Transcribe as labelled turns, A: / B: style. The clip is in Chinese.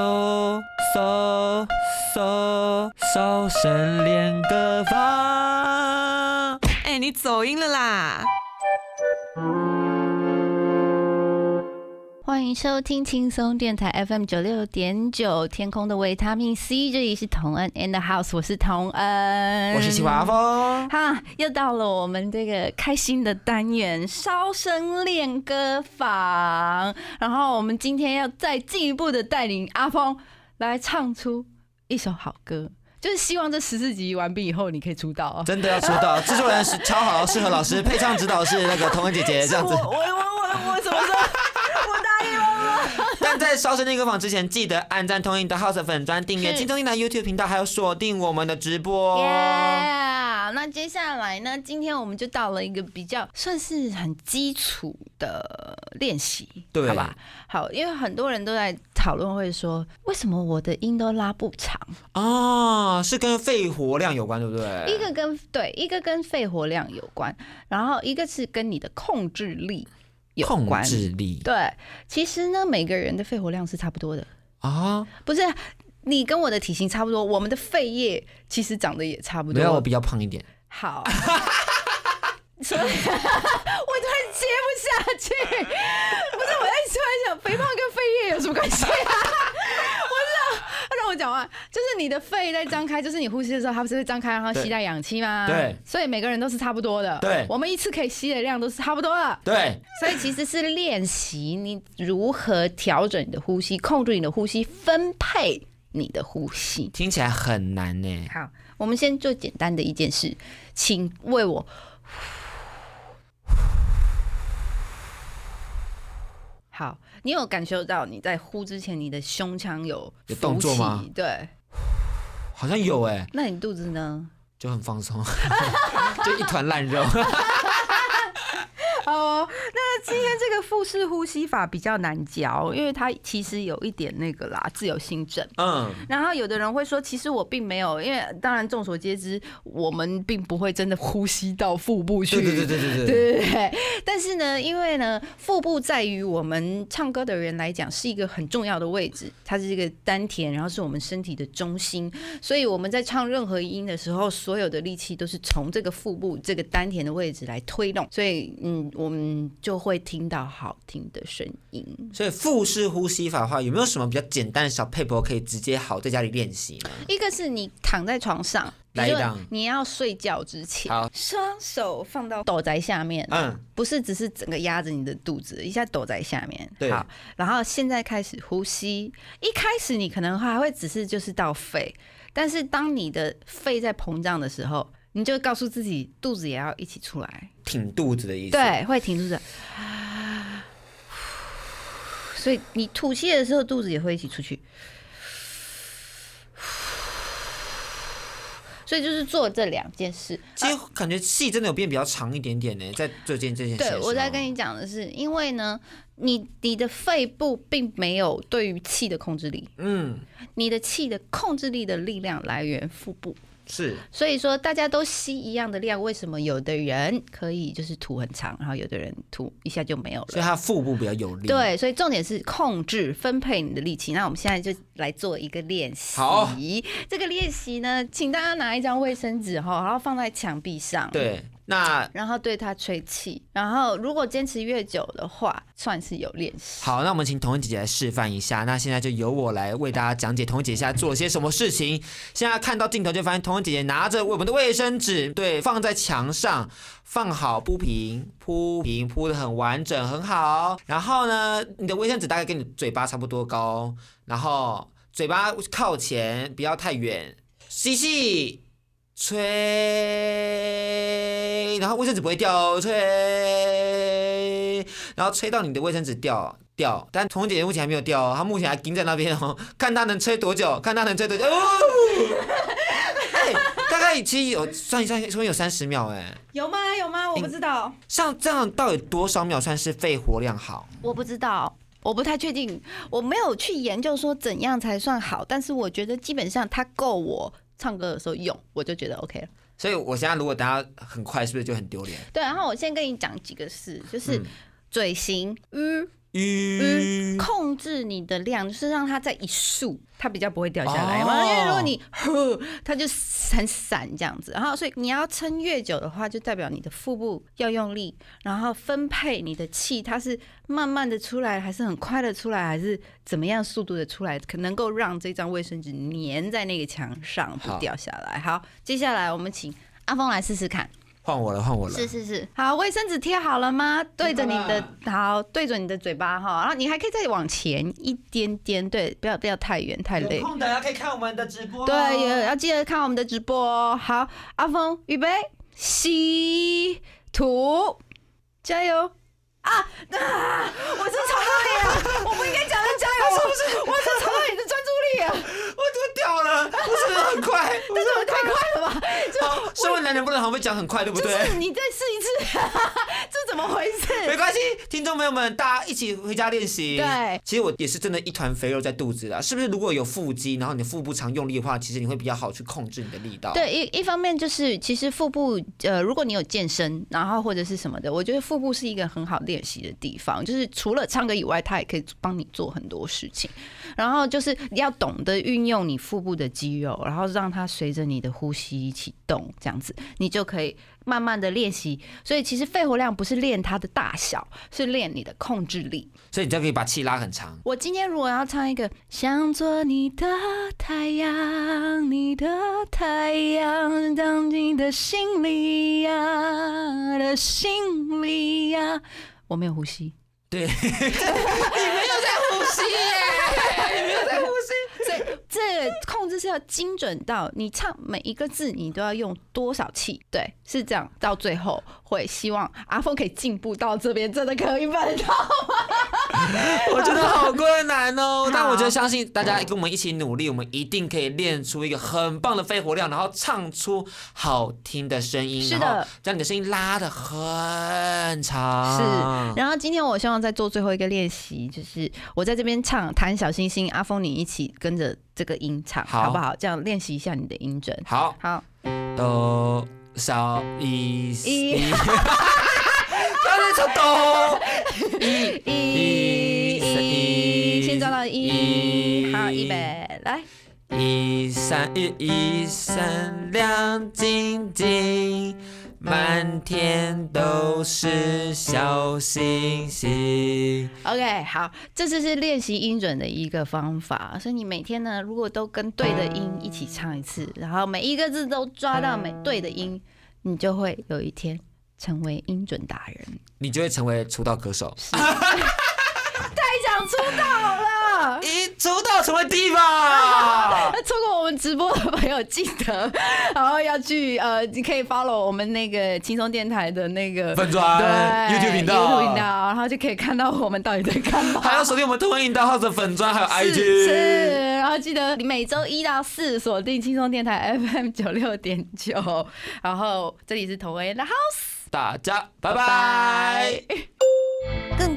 A: 搜搜搜搜神练歌房。
B: 哎、你走音了啦！
C: 欢迎收听轻松电台 FM 九六点九，天空的维他命 C，这里是童恩 in the house，我是童恩，
A: 我是西华阿。峰。
C: 哈，又到了我们这个开心的单元——烧声练歌房。然后我们今天要再进一步的带领阿峰来唱出一首好歌，就是希望这十四集完毕以后，你可以出道啊！
A: 真的要出道，制作人是超好，适合老师，配唱指导是那个童文姐姐这样子
C: 我。我我我什么时候？
A: 但在烧声那歌房之前，记得按赞通音的 House 粉专订阅
C: 是
A: 金钟电台 YouTube 频道，还有锁定我们的直播。
C: Yeah，那接下来呢？今天我们就到了一个比较算是很基础的练习，
A: 对
C: 好吧？好，因为很多人都在讨论，会说为什么我的音都拉不长？
A: 哦，是跟肺活量有关，对不对？
C: 一个跟对，一个跟肺活量有关，然后一个是跟你的控制力有
A: 控
C: 关。
A: 制力
C: 对，其实呢，每个人的肺活量是差不多的，
A: 啊，
C: 不是你跟我的体型差不多，我们的肺叶其实长得也差不
A: 没有，我
C: 多。
A: 比较胖一点。
C: 好， 所以 我突然接不下去，不是我在突然想，肥胖跟肺叶有什么关系、啊？ 我让让我讲完，就是你的肺在张开，就是你呼吸的时候，它不是会张开，然后
A: 对
C: 吸带氧气吗？
A: 对
C: 所以每个人都是差不多的。
A: 对
C: 我们一次可以吸的量都是差不多的。
A: 对，
C: 所以其实是练习你如何调整你的呼吸，控制你的呼吸，分配你的呼吸。
A: 听起来很难呢。
C: 好，我们先做简单的一件事，请为我好，你有感受到你在呼之前，你的胸腔有
A: 有
C: 浮
A: 动作
C: 起
A: 吗？
C: 对，
A: 好像有哎，
C: 那你肚子呢？
A: 就很放松， 就一团烂 肉。
C: 哦，那今天这个腹式呼吸法比较难教，因为它其实有一点那个啦，自由心症。
A: 嗯，
C: 然后有的人会说，其实我并没有，因为当然众所皆知，我们并不会真的呼吸到腹部去。
A: 对对对对对对。
C: 对对对，但是呢，因为呢，腹部在于我们唱歌的人来讲是一个很重要的位置，它是一个丹田，然后是我们身体的中心，所以我们在唱任何音的时候，所有的力气都是从这个腹部这个丹田的位置来推动，所以嗯，我们就会听到好听的声音。
A: 所以腹式呼吸法的话，有没有什么比较简单的小配博可以直接好在家里练习呢？
C: 一个是你躺在床上，
A: 来一
C: 比如说
A: 档
C: 你要睡觉之前
A: 好，
C: 双手放到斗宅下面，
A: 嗯，
C: 不是只是整个压着你的肚子，一下抖在下面。
A: 对
C: 好，然后现在开始呼吸。一开始你可能还会只是就是到肺，但是当你的肺在膨胀的时候，你就告诉自己肚子也要一起出来，
A: 挺肚子的意思。，
C: 对，会停住的。所以你吐气的时候，肚子也会一起出去。所以就是做这两件事，
A: 其实感觉戏真的有变比较长一点点呢，在最近这件事。
C: 对，我在跟你讲的是，因为呢，你你的肺部并没有对于气的控制力，
A: 嗯，
C: 你的气的控制力的力量来源腹部，
A: 是
C: 所以说大家都吸一样的量，为什么有的人可以就是吐很长，然后有的人吐一下就没有
A: 所以
C: 了？
A: 它腹部比较有力。，
C: 对，所以重点是控制分配你的力气。那我们现在就来做一个练习。
A: 好，
C: 这个练习呢，请大家拿一张卫生纸哈，然后放在墙壁上。。
A: 对，那
C: 然后对它吹气，然后如果坚持越久的话，算是有练习。
A: 好，那我们请童文姐姐来示范一下。那现在就由我来为大家讲解童文姐姐现在做些什么事情。现在看到镜头就发现童文姐姐拿着我们的卫生纸，对，放在墙上，放好铺平，铺平铺的很完整，很好。然后呢，你的卫生纸大概跟你嘴巴差不多高，然后嘴巴靠前，不要太远，吸气。吹，然后卫生纸不会掉哦，吹，然后吹到你的卫生纸掉掉，但童姐姐目前还没有掉哦，她目前还盯在那边哦，看她能吹多久，看她能吹多久。哦哎大概其实有算一算，说有三十秒哎，
B: 有吗？有吗？我不知道。
A: 像这样到底多少秒算是肺活量好？
C: 我不知道，我不太确定，我没有去研究说怎样才算好，但是我觉得基本上它够我唱歌的时候用，我就觉得 OK 了。
A: 所以我现在如果等下很快，是不是就很丢脸？
C: 对，然后我先跟你讲几个事，就是
A: 嗯
C: 嘴型，嗯，
A: 吁，
C: 控制你的量，就是让它在一束，它比较不会掉下来嘛。
A: 哦
C: 因为如果你呵，它就很散这样子。然后，所以你要撑越久的话，就代表你的腹部要用力，然后分配你的气，它是慢慢的出来，还是很快的出来，还是怎么样速度的出来，可能够让这张卫生纸粘在那个墙上不
A: 好
C: 掉下来。好，接下来我们请阿峰来试试看。
A: 换我了，换我了。
C: 是是是，好，卫生纸贴好了吗？对着你的好，对准你的嘴巴哈，然后你还可以再往前一点点，对，不要不要太远太累
A: 有。空大家可以看我们的直播哦。
C: 对，也要记得看我们的直播哦。好，阿峰，预备，吸吐，加油！啊啊！我真 吵到你了，啊我不应该讲的加油，我是不是？我真吵到你的专注 力啊了，
A: 我我掉了，我是不是很快？
C: 但是我太快了吧？
A: 好，身为男人不能好会讲很快，对不
C: 就
A: 对？
C: 是你再试一次， 这怎么回
A: 没
C: 事？
A: 关系，听众朋友们，大家一起回家练习。
C: 对
A: 其实我也是真的一团肥肉在肚子啦，是不是？如果有腹肌，然后你的腹部常用力的话，其实你会比较好去控制你的力道。，
C: 对，一一方面就是其实腹部，呃，如果你有健身，然后或者是什么的，我觉得腹部是一个很好练习的地方。就是除了唱歌以外，它也可以帮你做很多事情。然后就是你要懂得运用你腹部的肌肉，然后让它随着你的呼吸一起动，这样子你就可以慢慢的练习。所以其实肺活量不是练它的大小，是练你的控制力。
A: 所以你才可以把气拉很 长。
C: 我今天如果要唱一个想做你的太阳，你的太阳当你的心里呀的心里呀，我没有呼吸，
A: 对，
C: 所以这个控制是要精准到你唱每一个字，你都要用多少气，对，是这样。到最后会希望阿峰可以进步到这边，真的可以办到。
A: 我觉得好困难哦。但我觉得相信大家跟我们一起努力，我们一定可以练出一个很棒的肺活量，然后唱出好听的声音，
C: 是的
A: 然后将你的声音拉得很长。
C: 是，然后今天我希望再做最后一个练习，就是我在这边唱《弹小星星》，阿峰你一起跟着这个音唱，
A: 好
C: 好不好？这样练习一下你的音准。
A: 好，
C: 好，
A: 哆少一
C: 一
A: 一，刚才唱哆一
C: 一，
A: 三一
C: 先抓到一，好，预备，来，
A: 一闪一一闪亮晶晶，满天都是小星星。
C: ，OK，好，这就是练习音准的一个方法。所以你每天呢，如果都跟对的音一起唱一次，然后每一个字都抓到每对的音，你就会有一天成为音准达人。
A: 你就会成为出道歌手，
C: 太想出道了。
A: 一出道成为 diva。
C: 那错过我们直播的朋友，记得然后要去呃，你可以 follow 我们那个轻松电台的那个
A: 粉专
C: 对
A: YouTube 频道
C: YouTube 频道，然后就可以看到我们到底在干嘛。
A: 还要锁定我们通音大号的粉砖，还有 IG。
C: 是是，然后记得你每周一到四锁定轻松电台 FM 九六点九，然后这里是同威的 House，
A: 大家拜拜。
D: 更